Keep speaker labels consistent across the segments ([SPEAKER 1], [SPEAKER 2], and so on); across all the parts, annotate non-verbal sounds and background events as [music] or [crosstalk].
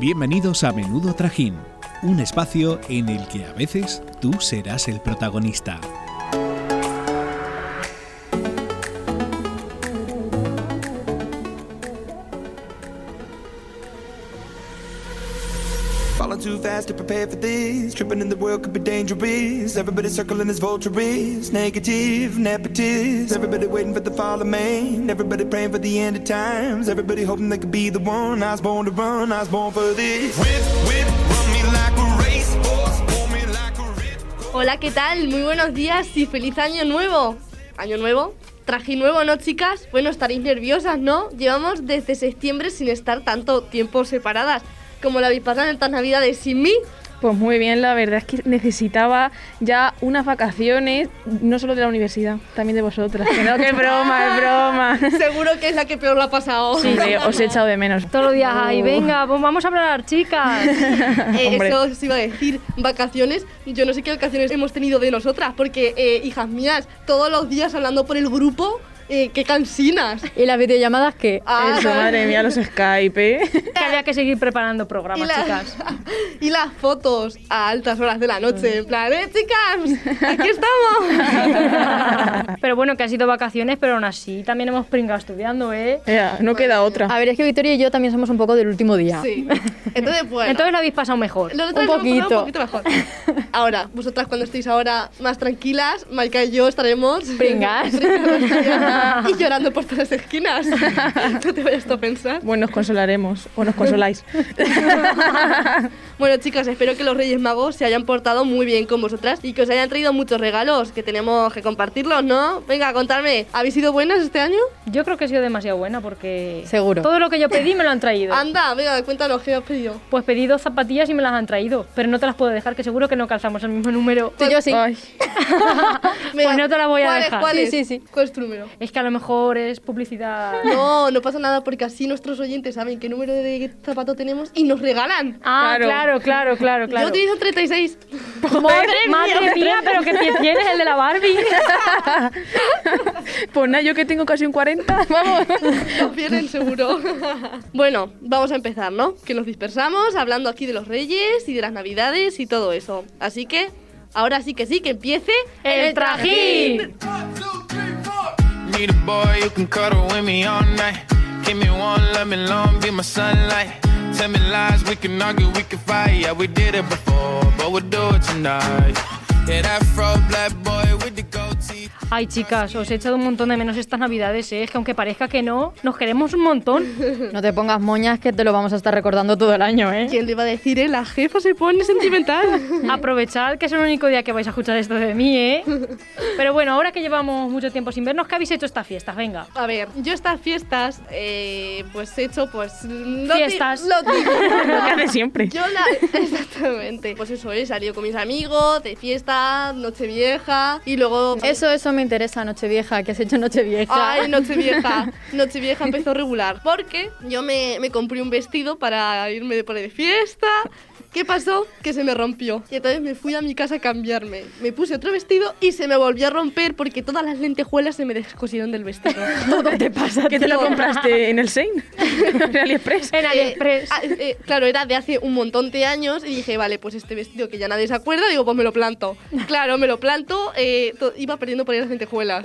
[SPEAKER 1] Bienvenidos a Menudo Trajín, un espacio en el que a veces tú serás el protagonista.
[SPEAKER 2] Falling too fast to prepare for this. Tripping in the world could be dangerous. Everybody circling as vultures. Negative, nepotist. Everybody waiting for the fall of man. Everybody praying for the end of times. Everybody hoping they could be the one. I was born to run. I was born for this. Whip, whip, run me like a racehorse. Pull me like a rip.
[SPEAKER 3] Hola, ¿qué tal? Muy buenos días y feliz año nuevo. ¿Año nuevo? Traje nuevo, ¿no, chicas? Bueno, estaréis nerviosas, ¿no? Llevamos desde septiembre sin estar tanto tiempo separadas. Como la habéis pasado en estas navidades sin mí.
[SPEAKER 4] Pues muy bien, la verdad es que necesitaba ya unas vacaciones, no solo de la universidad, también de
[SPEAKER 5] [laughs]
[SPEAKER 4] vosotras. Que no, que es broma, es broma.
[SPEAKER 3] [laughs] Seguro que es la que peor la ha pasado.
[SPEAKER 4] Sí, que os he echado de menos.
[SPEAKER 6] Todos los días, ay, venga, pues vamos a hablar, chicas.
[SPEAKER 4] [laughs]
[SPEAKER 3] Eh,
[SPEAKER 4] Hombre.
[SPEAKER 3] eso os iba a decir, vacaciones. Yo no sé qué vacaciones hemos tenido de nosotras, porque, eh, hijas mías, todos los días hablando por el grupo, eh, qué cansinas.
[SPEAKER 6] [laughs] ¿Y las videollamadas qué?
[SPEAKER 3] Ah,
[SPEAKER 4] Eso, madre mía, los Skype. ¿eh? [laughs]
[SPEAKER 6] Que había que seguir preparando
[SPEAKER 3] Y,
[SPEAKER 6] programas,
[SPEAKER 3] la-
[SPEAKER 6] chicas.
[SPEAKER 3] [laughs] y las fotos a altas horas de la noche, en plan, ¡eh, chicas! ¡Aquí
[SPEAKER 5] [laughs]
[SPEAKER 3] estamos!
[SPEAKER 6] Pero bueno, que ha sido vacaciones, pero aún así también hemos pringado estudiando, ¿eh?
[SPEAKER 4] Ea, no queda otra.
[SPEAKER 5] Pues, A ver, es que Victoria y yo también somos un poco del último día.
[SPEAKER 3] sí. Entonces, bueno.
[SPEAKER 6] Entonces lo habéis pasado mejor.
[SPEAKER 3] nosotras
[SPEAKER 5] un
[SPEAKER 3] lo hemos pasado
[SPEAKER 5] poquito.
[SPEAKER 3] un poquito mejor. Ahora, vosotras cuando estéis ahora más tranquilas, Maika y yo estaremos...
[SPEAKER 5] Pringas.
[SPEAKER 3] [laughs]
[SPEAKER 5] [laughs]
[SPEAKER 3] Pringas y llorando por todas las esquinas. no te vayas tú a pensar.
[SPEAKER 4] Bueno, os consolaremos, o nos consoláis. [laughs]
[SPEAKER 3] Bueno, chicas, espero que los Reyes Magos se hayan portado muy bien con vosotras y que os hayan traído muchos regalos, que tenemos que compartirlos, ¿no? Venga, contadme, ¿habéis sido buenas este año?
[SPEAKER 6] Yo creo que he sido demasiado buena porque.
[SPEAKER 5] Seguro.
[SPEAKER 6] Todo lo que yo pedí me lo han traído.
[SPEAKER 3] Anda, venga, cuéntanos qué has pedido.
[SPEAKER 6] Pues pedí dos zapatillas y me las han traído. Pero no te las puedo dejar, que seguro que no calzamos el mismo número.
[SPEAKER 5] Sí, [laughs] yo sí.
[SPEAKER 4] Ay,
[SPEAKER 3] Venga,
[SPEAKER 6] Pues no te la voy a
[SPEAKER 3] ¿cuál es,
[SPEAKER 6] dejar.
[SPEAKER 3] cuál
[SPEAKER 5] Sí,
[SPEAKER 3] es?
[SPEAKER 5] sí, sí.
[SPEAKER 3] ¿Cuál es tu número?
[SPEAKER 6] Es que a lo mejor
[SPEAKER 3] [laughs]
[SPEAKER 6] es publicidad.
[SPEAKER 3] No, no pasa nada porque así nuestros oyentes saben qué número de zapato tenemos y nos regalan.
[SPEAKER 6] Ah,
[SPEAKER 4] Claro.
[SPEAKER 6] claro, claro, claro, claro.
[SPEAKER 3] Yo utilizo 36.
[SPEAKER 6] Madre, madre mía, pero que pie tienes el de la Barbie.
[SPEAKER 4] pues nada, yo que tengo casi un 40, [laughs] vamos.
[SPEAKER 3] [laughs] Lo pierden seguro. bueno, vamos a empezar, ¿no? Que nos dispersamos hablando aquí de los reyes y de las navidades y todo eso. Así que, ahora sí que sí, que empiece
[SPEAKER 6] El trajín.
[SPEAKER 2] One, two, three, four. Need a boy who can cuddle with me all night. Give me one, let me long, be my sunlight. Tell me lies, we can argue, we can fight. Yeah, we did it before, but we'll do it tonight. Yeah, that fro black boy with the gold teeth.
[SPEAKER 6] Ay, chicas, os he echado un montón de menos estas navidades, ¿eh? Es que aunque parezca que no, nos queremos un montón.
[SPEAKER 5] No te pongas moñas que te lo vamos a estar recordando todo el año, ¿eh?
[SPEAKER 3] ¿Quién le iba a decir, eh? La jefa se pone
[SPEAKER 6] [laughs]
[SPEAKER 3] sentimental.
[SPEAKER 6] Aprovechad que es el único día que vais a escuchar esto de mí, ¿eh? Pero bueno, ahora que llevamos mucho tiempo sin vernos, ¿qué habéis hecho estas fiestas? Venga.
[SPEAKER 3] A ver, yo estas fiestas, eh, pues he hecho, pues... lo ti-
[SPEAKER 6] Fiestas.
[SPEAKER 3] Lo típico.
[SPEAKER 4] Lo que [laughs] hace
[SPEAKER 5] [laughs]
[SPEAKER 4] siempre.
[SPEAKER 3] Yo la... Exactamente. Pues eso, he salido con mis amigos, de fiesta, nochevieja, y luego...
[SPEAKER 5] Eso, eso me interesa, Nochevieja, que has hecho Nochevieja.
[SPEAKER 3] Ay, Nochevieja. Nochevieja empezó regular. Porque yo me, me compré un vestido para irme de por ahí de fiesta. ¿Qué pasó? Que se me rompió. Y entonces me fui a mi casa a cambiarme. Me puse otro vestido y se me volvió a romper porque todas las lentejuelas se me descosieron del vestido.
[SPEAKER 5] Todo te pasa,
[SPEAKER 4] ¿Qué te lo
[SPEAKER 5] tío.
[SPEAKER 4] compraste en el
[SPEAKER 5] [laughs]
[SPEAKER 4] Sein? ¿En AliExpress?
[SPEAKER 6] En
[SPEAKER 3] Eh,
[SPEAKER 6] AliExpress.
[SPEAKER 3] ah, eh, claro, era de hace un montón de años y dije, vale, pues este vestido que ya nadie se acuerda, digo, pues me lo planto. Claro, me lo planto, eh, to- iba perdiendo por ahí las lentejuelas.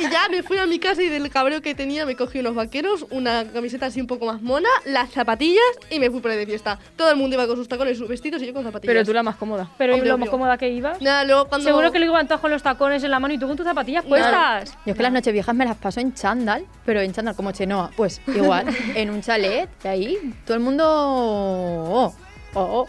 [SPEAKER 3] y ya me fui a mi casa y del cabreo que tenía me cogí unos vaqueros, una camiseta así un poco más mona, las zapatillas y me fui por ahí de fiesta. Todo el mundo iba con sus tacones, sus vestidos y yo con zapatillas.
[SPEAKER 4] Pero tú la más
[SPEAKER 5] [laughs]
[SPEAKER 4] cómoda.
[SPEAKER 6] Pero ¿y
[SPEAKER 3] hombre,
[SPEAKER 6] lo
[SPEAKER 3] obvio.
[SPEAKER 6] más cómoda que ibas.
[SPEAKER 3] Nada, luego cuando...
[SPEAKER 6] Seguro que lo iban todas con los tacones en la mano y tú con tus zapatillas puestas.
[SPEAKER 5] Yo es que las Nocheviejas me las paso en chándal, pero en chándal como chenoa. Pues
[SPEAKER 4] [laughs]
[SPEAKER 5] igual, en un chalet, y ahí todo el mundo... oh, oh, oh.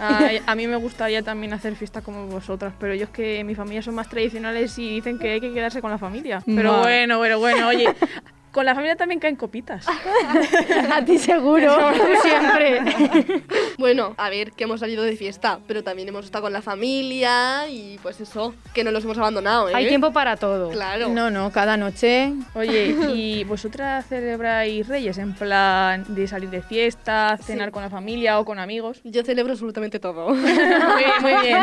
[SPEAKER 4] Ay, a mí me gustaría también hacer fiesta como vosotras, pero yo es que mi familia son más tradicionales y dicen que hay que quedarse con la familia. Pero
[SPEAKER 5] Ma.
[SPEAKER 4] bueno, bueno, bueno, oye.
[SPEAKER 5] [laughs]
[SPEAKER 4] Con la familia también caen copitas.
[SPEAKER 5] [laughs] A ti seguro.
[SPEAKER 6] Siempre.
[SPEAKER 3] Bueno, a ver, que hemos salido de fiesta, pero también hemos estado con la familia y pues eso, que no los hemos abandonado, ¿eh?
[SPEAKER 6] Hay tiempo para todo.
[SPEAKER 3] Claro.
[SPEAKER 5] No, no, cada noche...
[SPEAKER 4] Oye, ¿y vosotras celebráis reyes en plan de salir de fiesta, cenar con la familia o con amigos? [laughs]
[SPEAKER 3] Yo celebro absolutamente todo.
[SPEAKER 4] Muy bien, muy bien.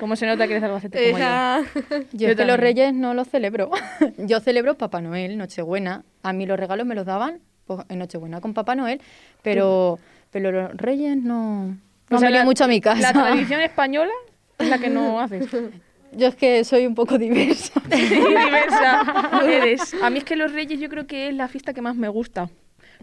[SPEAKER 4] ¿Cómo se nota que eres albacete como yo?
[SPEAKER 3] Esa-
[SPEAKER 5] Yo,
[SPEAKER 4] Yo
[SPEAKER 5] es que los
[SPEAKER 4] también.
[SPEAKER 5] [laughs] reyes no los celebro. yo celebro Papá Noel, Nochebuena. A mí los regalos me los daban co- en Nochebuena con Papá Noel, pero, pero los Reyes no, no
[SPEAKER 4] O sea,
[SPEAKER 5] han venido
[SPEAKER 4] Pues la-
[SPEAKER 5] mucho a mi casa.
[SPEAKER 4] La tradición española es la que no haces.
[SPEAKER 5] Yo es que soy un poco [laughs] diversa.
[SPEAKER 4] [laughs] diversa eres. A mí es que los Reyes yo creo que es la fiesta que más me gusta.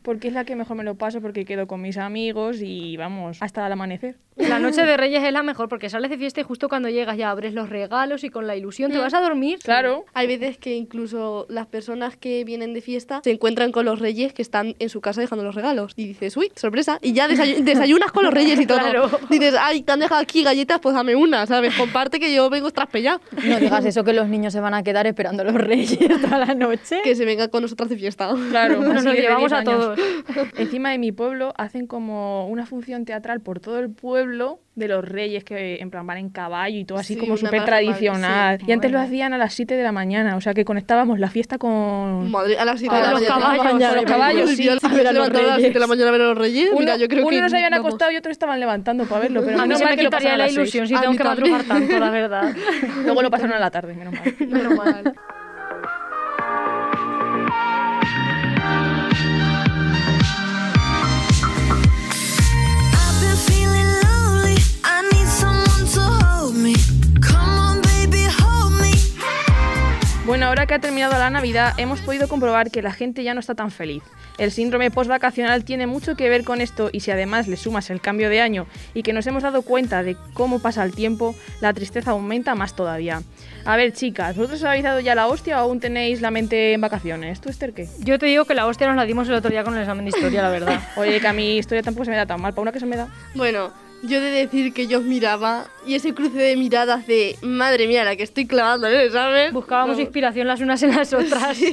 [SPEAKER 4] Porque es la que mejor me lo paso, porque quedo con mis amigos y vamos, hasta el amanecer.
[SPEAKER 6] La noche de Reyes es la mejor porque sales de fiesta y justo cuando llegas ya abres los regalos y con la ilusión te vas a dormir.
[SPEAKER 4] Claro.
[SPEAKER 3] [laughs] Hay veces que incluso las personas que vienen de fiesta se encuentran con los reyes que están en su casa dejando los regalos. Y dices, uy, sorpresa. Y ya [laughs] desayu- desayunas con los reyes y todo.
[SPEAKER 6] Claro.
[SPEAKER 3] Dices, ay, te han dejado aquí galletas, pues dame una, ¿sabes? Comparte que yo vengo traspellada.
[SPEAKER 5] No digas eso que los niños se van a quedar esperando a los Reyes [laughs] toda la noche.
[SPEAKER 3] Que se venga con nosotras de fiesta.
[SPEAKER 4] Claro,
[SPEAKER 6] Nos
[SPEAKER 4] así
[SPEAKER 6] lo
[SPEAKER 4] de 10
[SPEAKER 6] llevamos a
[SPEAKER 4] años.
[SPEAKER 6] todos.
[SPEAKER 4] [laughs] Encima de mi pueblo hacen como una función teatral por todo el pueblo de los reyes que en plan van en caballo y todo así
[SPEAKER 3] Sí,
[SPEAKER 4] como
[SPEAKER 3] una
[SPEAKER 4] súper
[SPEAKER 3] cosa padre,
[SPEAKER 4] tradicional.
[SPEAKER 3] sí.
[SPEAKER 4] Y antes lo
[SPEAKER 6] Bueno.
[SPEAKER 4] hacían a las 7 de la mañana, o sea que conectábamos la fiesta con...
[SPEAKER 3] Madre, a las 7 de
[SPEAKER 6] Con
[SPEAKER 3] la
[SPEAKER 6] los
[SPEAKER 3] mañana.
[SPEAKER 6] caballos,
[SPEAKER 3] Yo
[SPEAKER 6] con los
[SPEAKER 4] caballos,
[SPEAKER 3] yo
[SPEAKER 5] sí,
[SPEAKER 3] si
[SPEAKER 5] a ver a
[SPEAKER 3] me
[SPEAKER 5] los
[SPEAKER 3] levanto a las 7 de la
[SPEAKER 5] reyes.
[SPEAKER 3] mañana a ver a los reyes, mira, yo creo que
[SPEAKER 4] unos se habían
[SPEAKER 3] vamos. [laughs]
[SPEAKER 4] acostado y otros estaban levantando para verlo, pero
[SPEAKER 6] A mí
[SPEAKER 4] menos
[SPEAKER 6] se
[SPEAKER 4] mal
[SPEAKER 6] me
[SPEAKER 4] que lo pasaron
[SPEAKER 6] quitaría
[SPEAKER 4] a
[SPEAKER 6] la
[SPEAKER 4] las seis.
[SPEAKER 6] ilusión si
[SPEAKER 3] A
[SPEAKER 6] tengo
[SPEAKER 3] mí
[SPEAKER 6] que
[SPEAKER 3] también.
[SPEAKER 6] madrugar tanto, la verdad.
[SPEAKER 4] [laughs] Luego lo pasaron a la tarde, menos mal.
[SPEAKER 6] Menos mal.
[SPEAKER 7] I've been feeling lonely. I need someone to hold me. Come on, baby, hold me.
[SPEAKER 4] Bueno, ahora que ha terminado la Navidad, hemos podido comprobar que la gente ya no está tan feliz. El síndrome postvacacional tiene mucho que ver con esto y si además le sumas el cambio de año y que nos hemos dado cuenta de cómo pasa el tiempo, la tristeza aumenta más todavía. A ver, chicas, ¿vosotros habéis dado ya la hostia o aún tenéis la mente en vacaciones? ¿Tú, Esther, qué?
[SPEAKER 6] [laughs] Yo te digo que la hostia nos la dimos el otro día con el examen de historia, la verdad. [laughs]
[SPEAKER 4] Oye, que a mi historia tampoco se me da tan mal, para una que se me da.
[SPEAKER 3] Bueno, yo he de decir que yo os miraba y ese cruce de miradas de madre mía, la que estoy clavando en el examen.
[SPEAKER 6] Buscábamos
[SPEAKER 3] Vamos.
[SPEAKER 6] inspiración las unas en las [laughs] otras.
[SPEAKER 3] [laughs]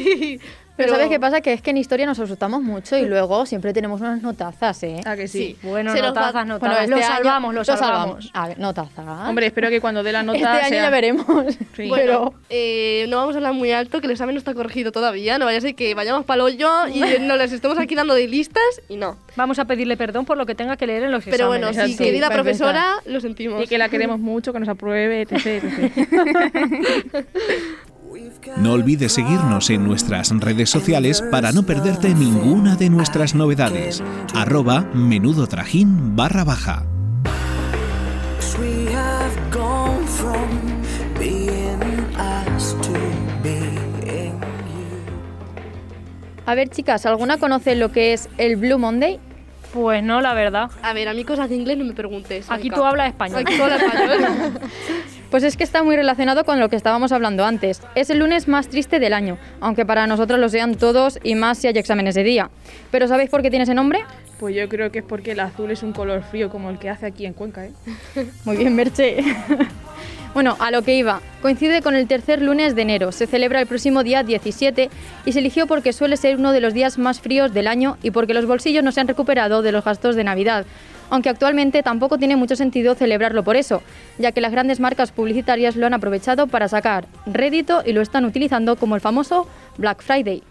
[SPEAKER 3] Sí.
[SPEAKER 5] Pero, ¿sabes qué pasa? Que es que en historia nos asustamos mucho y luego siempre tenemos unas notazas, ¿eh?
[SPEAKER 4] Ah, que sí.
[SPEAKER 6] Bueno,
[SPEAKER 3] Se nos va-
[SPEAKER 6] notazas,
[SPEAKER 5] Bueno,
[SPEAKER 6] notazas.
[SPEAKER 5] este
[SPEAKER 6] lo
[SPEAKER 5] año-
[SPEAKER 6] salvamos, lo salvamos.
[SPEAKER 5] A ver, notazas.
[SPEAKER 4] Hombre, espero que cuando dé
[SPEAKER 6] [laughs]
[SPEAKER 4] la nota
[SPEAKER 5] este año
[SPEAKER 4] sea-
[SPEAKER 5] ya veremos.
[SPEAKER 4] Sí.
[SPEAKER 3] Bueno, eh, no vamos a hablar muy alto, que el examen no está corregido todavía. No vaya a ser que vayamos para el hoyo y nos las estemos aquí dando de listas y no.
[SPEAKER 6] Vamos a pedirle perdón por lo que tenga que leer en los
[SPEAKER 3] Pero bueno,
[SPEAKER 6] exámenes.
[SPEAKER 3] sí,
[SPEAKER 5] exacto.
[SPEAKER 3] querida
[SPEAKER 5] Sí,
[SPEAKER 3] profesora, lo sentimos.
[SPEAKER 4] Y que [laughs] la queremos mucho, que nos apruebe, etc. etc.
[SPEAKER 1] No olvides seguirnos en nuestras redes sociales para no perderte ninguna de nuestras novedades. Arroba menudo trajín barra baja.
[SPEAKER 7] We have gone from being us to being you.
[SPEAKER 5] A ver, chicas, ¿alguna conoce lo que es el Blue Monday?
[SPEAKER 6] Pues no, la verdad.
[SPEAKER 3] A ver, a mí cosas de inglés no me preguntes.
[SPEAKER 6] Aquí
[SPEAKER 3] Maika.
[SPEAKER 6] tú hablas español.
[SPEAKER 3] Aquí tú hablas español.
[SPEAKER 5] Pues es que está muy relacionado con lo que estábamos hablando antes. Es el lunes más triste del año, aunque para nosotros lo sean todos y más si hay exámenes ese día. ¿Pero sabéis por qué tiene ese nombre?
[SPEAKER 4] Pues yo creo que es porque el azul es un color frío como el que hace aquí en Cuenca, ¿eh?
[SPEAKER 5] Muy bien, Merche. [laughs] Bueno, a lo que iba. Coincide con el tercer lunes de enero. Se celebra el próximo día 17 y se eligió porque suele ser uno de los días más fríos del año y porque los bolsillos no se han recuperado de los gastos de Navidad. Aunque actualmente tampoco tiene mucho sentido celebrarlo por eso, ya que las grandes marcas publicitarias lo han aprovechado para sacar rédito y lo están utilizando como el famoso Black [laughs] Friday.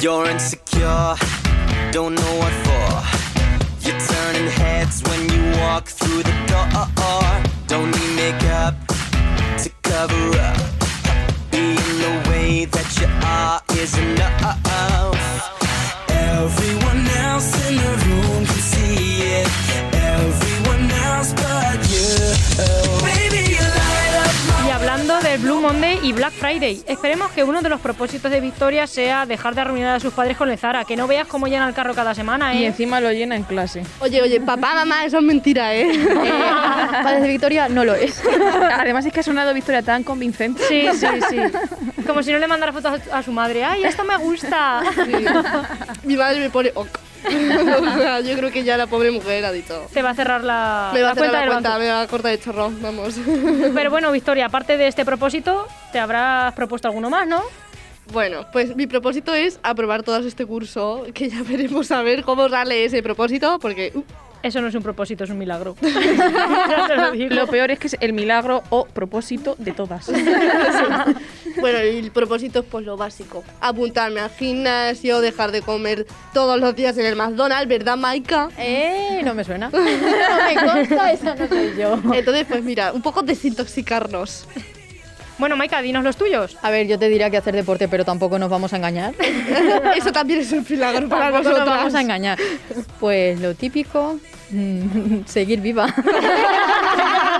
[SPEAKER 8] You're insecure, don't know what for. You're turning heads when you walk through the door. Don't need makeup to cover up. Being the way that you are is enough. Everyone else in the room can see it. Everyone else but you. Oh, Baby, you light up my
[SPEAKER 6] Y hablando del Blue Monday y Black Friday, esperemos que uno de los propósitos de Victoria sea dejar de arruinar a sus padres con el Zara, que no veas cómo llena el carro cada semana,
[SPEAKER 4] Y
[SPEAKER 6] ¿eh?
[SPEAKER 4] encima lo llena en clase.
[SPEAKER 3] Oye, oye, papá, mamá, eso es mentira, ¿eh?
[SPEAKER 6] [laughs]
[SPEAKER 5] Padres de Victoria no lo es.
[SPEAKER 4] [laughs] Además es que ha sonado Victoria tan convincente.
[SPEAKER 6] Sí, sí,
[SPEAKER 4] [laughs]
[SPEAKER 6] sí. Como si no le mandara fotos a- a su madre. ¡Ay, esto me gusta!
[SPEAKER 3] Mi madre me pone ok. [laughs] O sea, yo creo que ya la pobre mujer ha dicho.
[SPEAKER 6] Te va a cerrar la,
[SPEAKER 3] Me va a
[SPEAKER 6] la cuenta
[SPEAKER 3] cerrar Ah, la
[SPEAKER 6] del
[SPEAKER 3] cuenta,
[SPEAKER 6] banco.
[SPEAKER 3] me va a cortar el chorro, vamos. [laughs]
[SPEAKER 6] Pero bueno, Victoria, aparte de este propósito, te habrás propuesto alguno más, ¿no?
[SPEAKER 3] Bueno, pues mi propósito es aprobar todas este curso, que ya veremos a ver cómo sale ese propósito, porque uh,
[SPEAKER 6] Eso no es un propósito, es un milagro. Ya te lo digo.
[SPEAKER 4] Lo peor es que es el milagro o propósito de todas.
[SPEAKER 3] Bueno, el propósito es pues lo básico. Apuntarme al gimnasio, dejar de comer todos los días en el McDonald's, ¿verdad, Maika?
[SPEAKER 5] Eh, no me suena. [laughs] No me consta, esa no soy yo.
[SPEAKER 3] Entonces, pues mira, un poco desintoxicarnos. [laughs]
[SPEAKER 6] Bueno, Maika, dinos los tuyos.
[SPEAKER 5] A ver, yo te diría que hacer deporte, pero tampoco nos vamos
[SPEAKER 6] [laughs]
[SPEAKER 5] a engañar.
[SPEAKER 3] Eso también es un milagro para
[SPEAKER 5] Tampoco
[SPEAKER 3] nosotros.
[SPEAKER 5] nos vamos a engañar. Pues lo típico, mm, [laughs] seguir viva.
[SPEAKER 6] [laughs]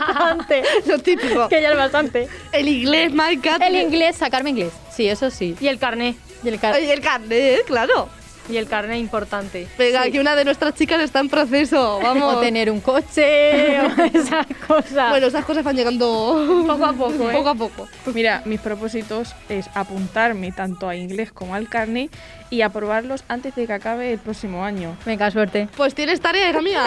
[SPEAKER 6] Bastante.
[SPEAKER 3] [laughs] Lo típico.
[SPEAKER 6] que ya es bastante.
[SPEAKER 3] El inglés, Maika.
[SPEAKER 5] El
[SPEAKER 3] tiene-
[SPEAKER 5] inglés, sacarme inglés. Sí, eso sí.
[SPEAKER 6] Y el carné.
[SPEAKER 5] Y el car-
[SPEAKER 3] Ay, el carnet, claro.
[SPEAKER 6] Y el carné importante.
[SPEAKER 3] Venga, que una de nuestras chicas está en proceso. Vamos.
[SPEAKER 5] o tener un coche. o-
[SPEAKER 6] [laughs] Esas cosas.
[SPEAKER 3] Bueno, esas cosas van llegando
[SPEAKER 6] Ah. poco
[SPEAKER 3] [laughs]
[SPEAKER 6] a poco, ¿eh?
[SPEAKER 3] poco a poco.
[SPEAKER 4] Mira, mis propósitos es apuntarme tanto a inglés como al carne y aprobarlos antes de que acabe el próximo año.
[SPEAKER 5] Venga, suerte.
[SPEAKER 3] Pues tienes tarea,
[SPEAKER 4] [laughs]
[SPEAKER 3] hija mía.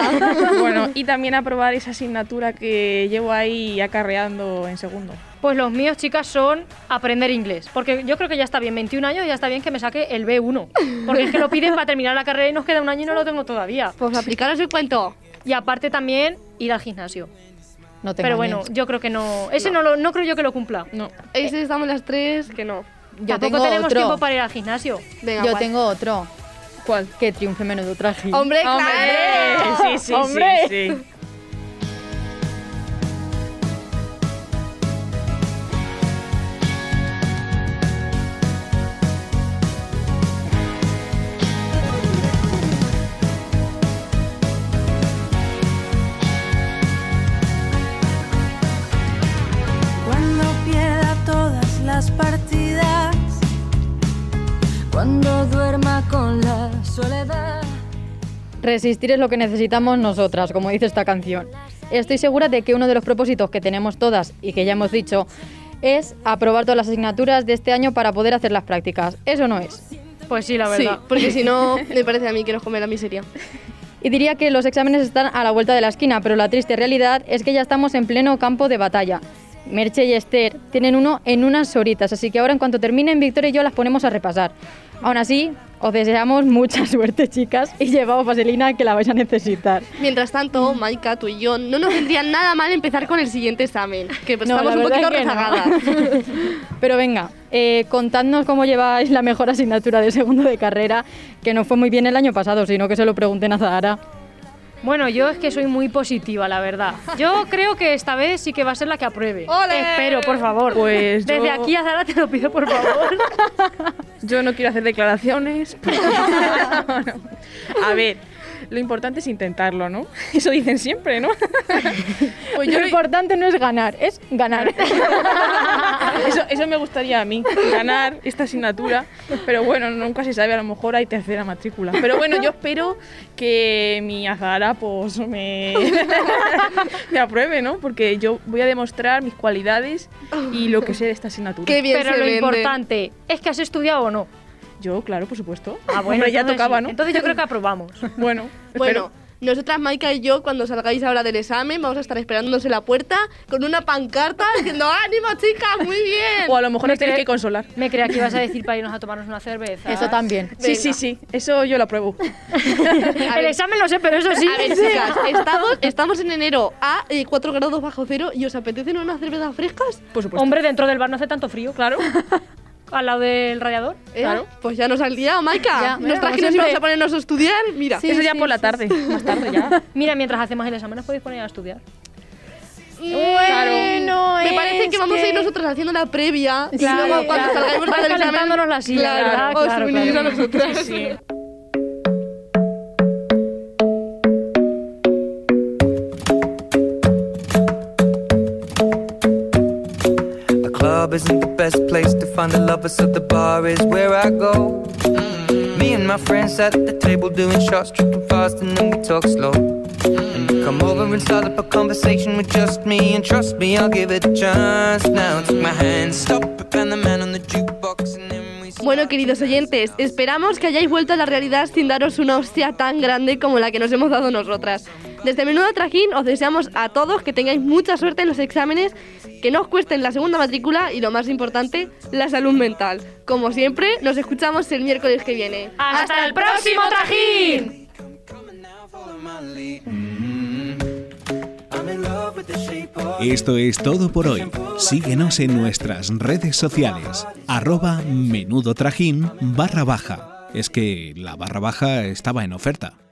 [SPEAKER 4] Bueno, y también aprobar esa asignatura que llevo ahí acarreando en segundo.
[SPEAKER 6] Pues los míos, chicas, son aprender inglés. Porque yo creo que ya está bien, 21 años, ya está bien que me saque el B1. Porque es que lo piden para terminar la carrera y nos queda un año y no lo tengo todavía.
[SPEAKER 3] Pues aplicaros el cuento.
[SPEAKER 6] Y aparte también ir al gimnasio.
[SPEAKER 5] No te
[SPEAKER 6] Pero bueno,
[SPEAKER 5] engañes.
[SPEAKER 6] yo creo que no... Ese no, lo, no creo yo que lo cumpla.
[SPEAKER 4] No.
[SPEAKER 3] Ahí sí estamos las tres, que no.
[SPEAKER 5] Yo
[SPEAKER 6] Tampoco
[SPEAKER 5] tengo
[SPEAKER 6] tenemos
[SPEAKER 5] otro.
[SPEAKER 6] tiempo para ir al gimnasio.
[SPEAKER 3] Venga,
[SPEAKER 5] Yo
[SPEAKER 3] guay.
[SPEAKER 5] tengo otro.
[SPEAKER 4] ¿Cuál?
[SPEAKER 5] Que triunfe menudo traje.
[SPEAKER 6] Oh,
[SPEAKER 3] Hombre, claro.
[SPEAKER 4] ¡Hombre! Sí, sí,
[SPEAKER 5] ¡Hombre!
[SPEAKER 4] sí, sí.
[SPEAKER 7] Cuando pierda todas las partidas, cuando duerma con la soledad.
[SPEAKER 5] Resistir es lo que necesitamos nosotras, como dice esta canción. Estoy segura de que uno de los propósitos que tenemos todas y que ya hemos dicho es aprobar todas las asignaturas de este año para poder hacer las prácticas. Eso no es.
[SPEAKER 6] Pues sí, la
[SPEAKER 3] Sí,
[SPEAKER 6] verdad.
[SPEAKER 3] porque si no, me parece a mí que nos come la miseria.
[SPEAKER 5] Y diría que los exámenes están a la vuelta de la esquina, pero la triste realidad es que ya estamos en pleno campo de batalla. Merche y Esther tienen uno en unas horitas, así que ahora en cuanto terminen, Victoria y yo las ponemos a repasar. Aún así, os deseamos mucha [laughs] suerte, chicas, y llevaos vaselina que la vais a necesitar.
[SPEAKER 3] Mientras tanto, Maika, tú y yo, no nos vendría nada mal empezar con el siguiente examen, que
[SPEAKER 5] No,
[SPEAKER 3] estamos
[SPEAKER 5] la
[SPEAKER 3] un
[SPEAKER 5] verdad
[SPEAKER 3] poquito
[SPEAKER 5] es que no.
[SPEAKER 3] rezagadas.
[SPEAKER 5] Pero venga, eh, contadnos cómo lleváis la mejor asignatura de segundo de carrera, que no fue muy bien el año pasado, sino que se lo pregunten a Zahara.
[SPEAKER 6] Bueno, yo es que soy muy positiva, la verdad. Yo creo que esta vez sí que va a ser la que apruebe.
[SPEAKER 3] ¡Ole!
[SPEAKER 6] Espero, por favor.
[SPEAKER 4] Pues yo-
[SPEAKER 6] Desde aquí a Zara te lo pido, por favor.
[SPEAKER 4] Yo no quiero hacer declaraciones. [laughs] pero- A ver, lo importante es intentarlo, ¿no? [laughs] Eso dicen siempre, ¿no? [laughs] Pues yo
[SPEAKER 5] lo
[SPEAKER 4] lo-
[SPEAKER 5] importante no es ganar, es ganar.
[SPEAKER 4] eso, eso me gustaría a mí, ganar esta asignatura. Pero bueno, nunca se sabe, a lo mejor hay tercera matrícula. Pero bueno, yo espero que mi Azahara pues me, [laughs] me apruebe, ¿no? Porque yo voy a demostrar mis cualidades y lo que sé de esta asignatura.
[SPEAKER 3] Qué bien
[SPEAKER 6] Pero
[SPEAKER 3] se
[SPEAKER 6] lo
[SPEAKER 3] vende.
[SPEAKER 6] importante es que has estudiado o no.
[SPEAKER 4] Yo, claro, por supuesto. Hombre, ya
[SPEAKER 6] Ah, entonces
[SPEAKER 4] tocaba,
[SPEAKER 6] sí.
[SPEAKER 4] ¿no?
[SPEAKER 6] Entonces yo creo que aprobamos.
[SPEAKER 4] Bueno,
[SPEAKER 3] Bueno,
[SPEAKER 4] espero.
[SPEAKER 3] nosotras, Maika y yo, cuando salgáis ahora del examen, vamos a estar esperándonos en la puerta con una pancarta diciendo ¡Ánimo, chicas! ¡Muy bien!
[SPEAKER 4] O a lo mejor
[SPEAKER 6] Me
[SPEAKER 4] nos tenéis
[SPEAKER 6] cre-
[SPEAKER 4] que consolar.
[SPEAKER 6] Me creía que ibas a decir para irnos a tomarnos una cerveza.
[SPEAKER 5] Eso también.
[SPEAKER 4] Sí,
[SPEAKER 3] Venga.
[SPEAKER 4] sí, sí. Eso yo lo apruebo.
[SPEAKER 6] [laughs] El examen lo sé, pero eso sí.
[SPEAKER 3] A ver, chicas, estamos, estamos en enero a 4 grados bajo cero y ¿os apetecen unas cervezas frescas?
[SPEAKER 4] Por supuesto.
[SPEAKER 6] Hombre, dentro del bar no hace tanto frío, claro. [laughs] Al lado del radiador.
[SPEAKER 3] Eh, Pues ya nos al día, Maika.
[SPEAKER 5] Ya,
[SPEAKER 3] nos
[SPEAKER 5] bueno,
[SPEAKER 3] trajiste
[SPEAKER 5] siempre.
[SPEAKER 3] vamos a ponernos a estudiar. Mira,
[SPEAKER 5] Sí,
[SPEAKER 4] eso ya
[SPEAKER 5] Oh, sí,
[SPEAKER 4] por la
[SPEAKER 5] sí,
[SPEAKER 4] tarde. Más tarde ya.
[SPEAKER 6] Mira, mientras hacemos el examen nos podéis poner a estudiar.
[SPEAKER 5] Bueno,
[SPEAKER 3] Mm, me parece
[SPEAKER 5] es
[SPEAKER 3] que vamos a ir
[SPEAKER 5] que-
[SPEAKER 3] nosotros haciendo la previa. y
[SPEAKER 6] Claro,
[SPEAKER 3] luego cuando
[SPEAKER 6] claro.
[SPEAKER 3] salgamos
[SPEAKER 6] Vais
[SPEAKER 3] del
[SPEAKER 6] calentándonos
[SPEAKER 3] examen,
[SPEAKER 6] la silla, ¿verdad?
[SPEAKER 3] os
[SPEAKER 6] Claro,
[SPEAKER 3] unís
[SPEAKER 6] claro.
[SPEAKER 3] a nosotras.
[SPEAKER 4] Sí.
[SPEAKER 8] A club isn't the best place to find a lover, so the bar is where I go. Me and my friends sat at the table doing shots, tripping fast, and then we talk slow. And you come over and start up a conversation with just me, and trust me, I'll give it a chance. Now take my hand, stop, and the man on the jukebox, and then we.
[SPEAKER 3] Bueno, queridos oyentes, esperamos que hayáis vuelto a la realidad sin daros una hostia tan grande como la que nos hemos dado nosotras. Desde Menudo Trajín os deseamos a todos que tengáis mucha suerte en los exámenes, que no os cuesten la segunda matrícula y lo más importante, la salud mental. Como siempre, nos escuchamos el miércoles que viene.
[SPEAKER 6] ¡Hasta el próximo trajín!
[SPEAKER 8] Coming now, follow my lead. Mm. I'm in love with the shape of.
[SPEAKER 1] Esto es todo por hoy. Síguenos en nuestras redes sociales. Arroba menudo trajín barra baja. Es que la barra baja estaba en oferta.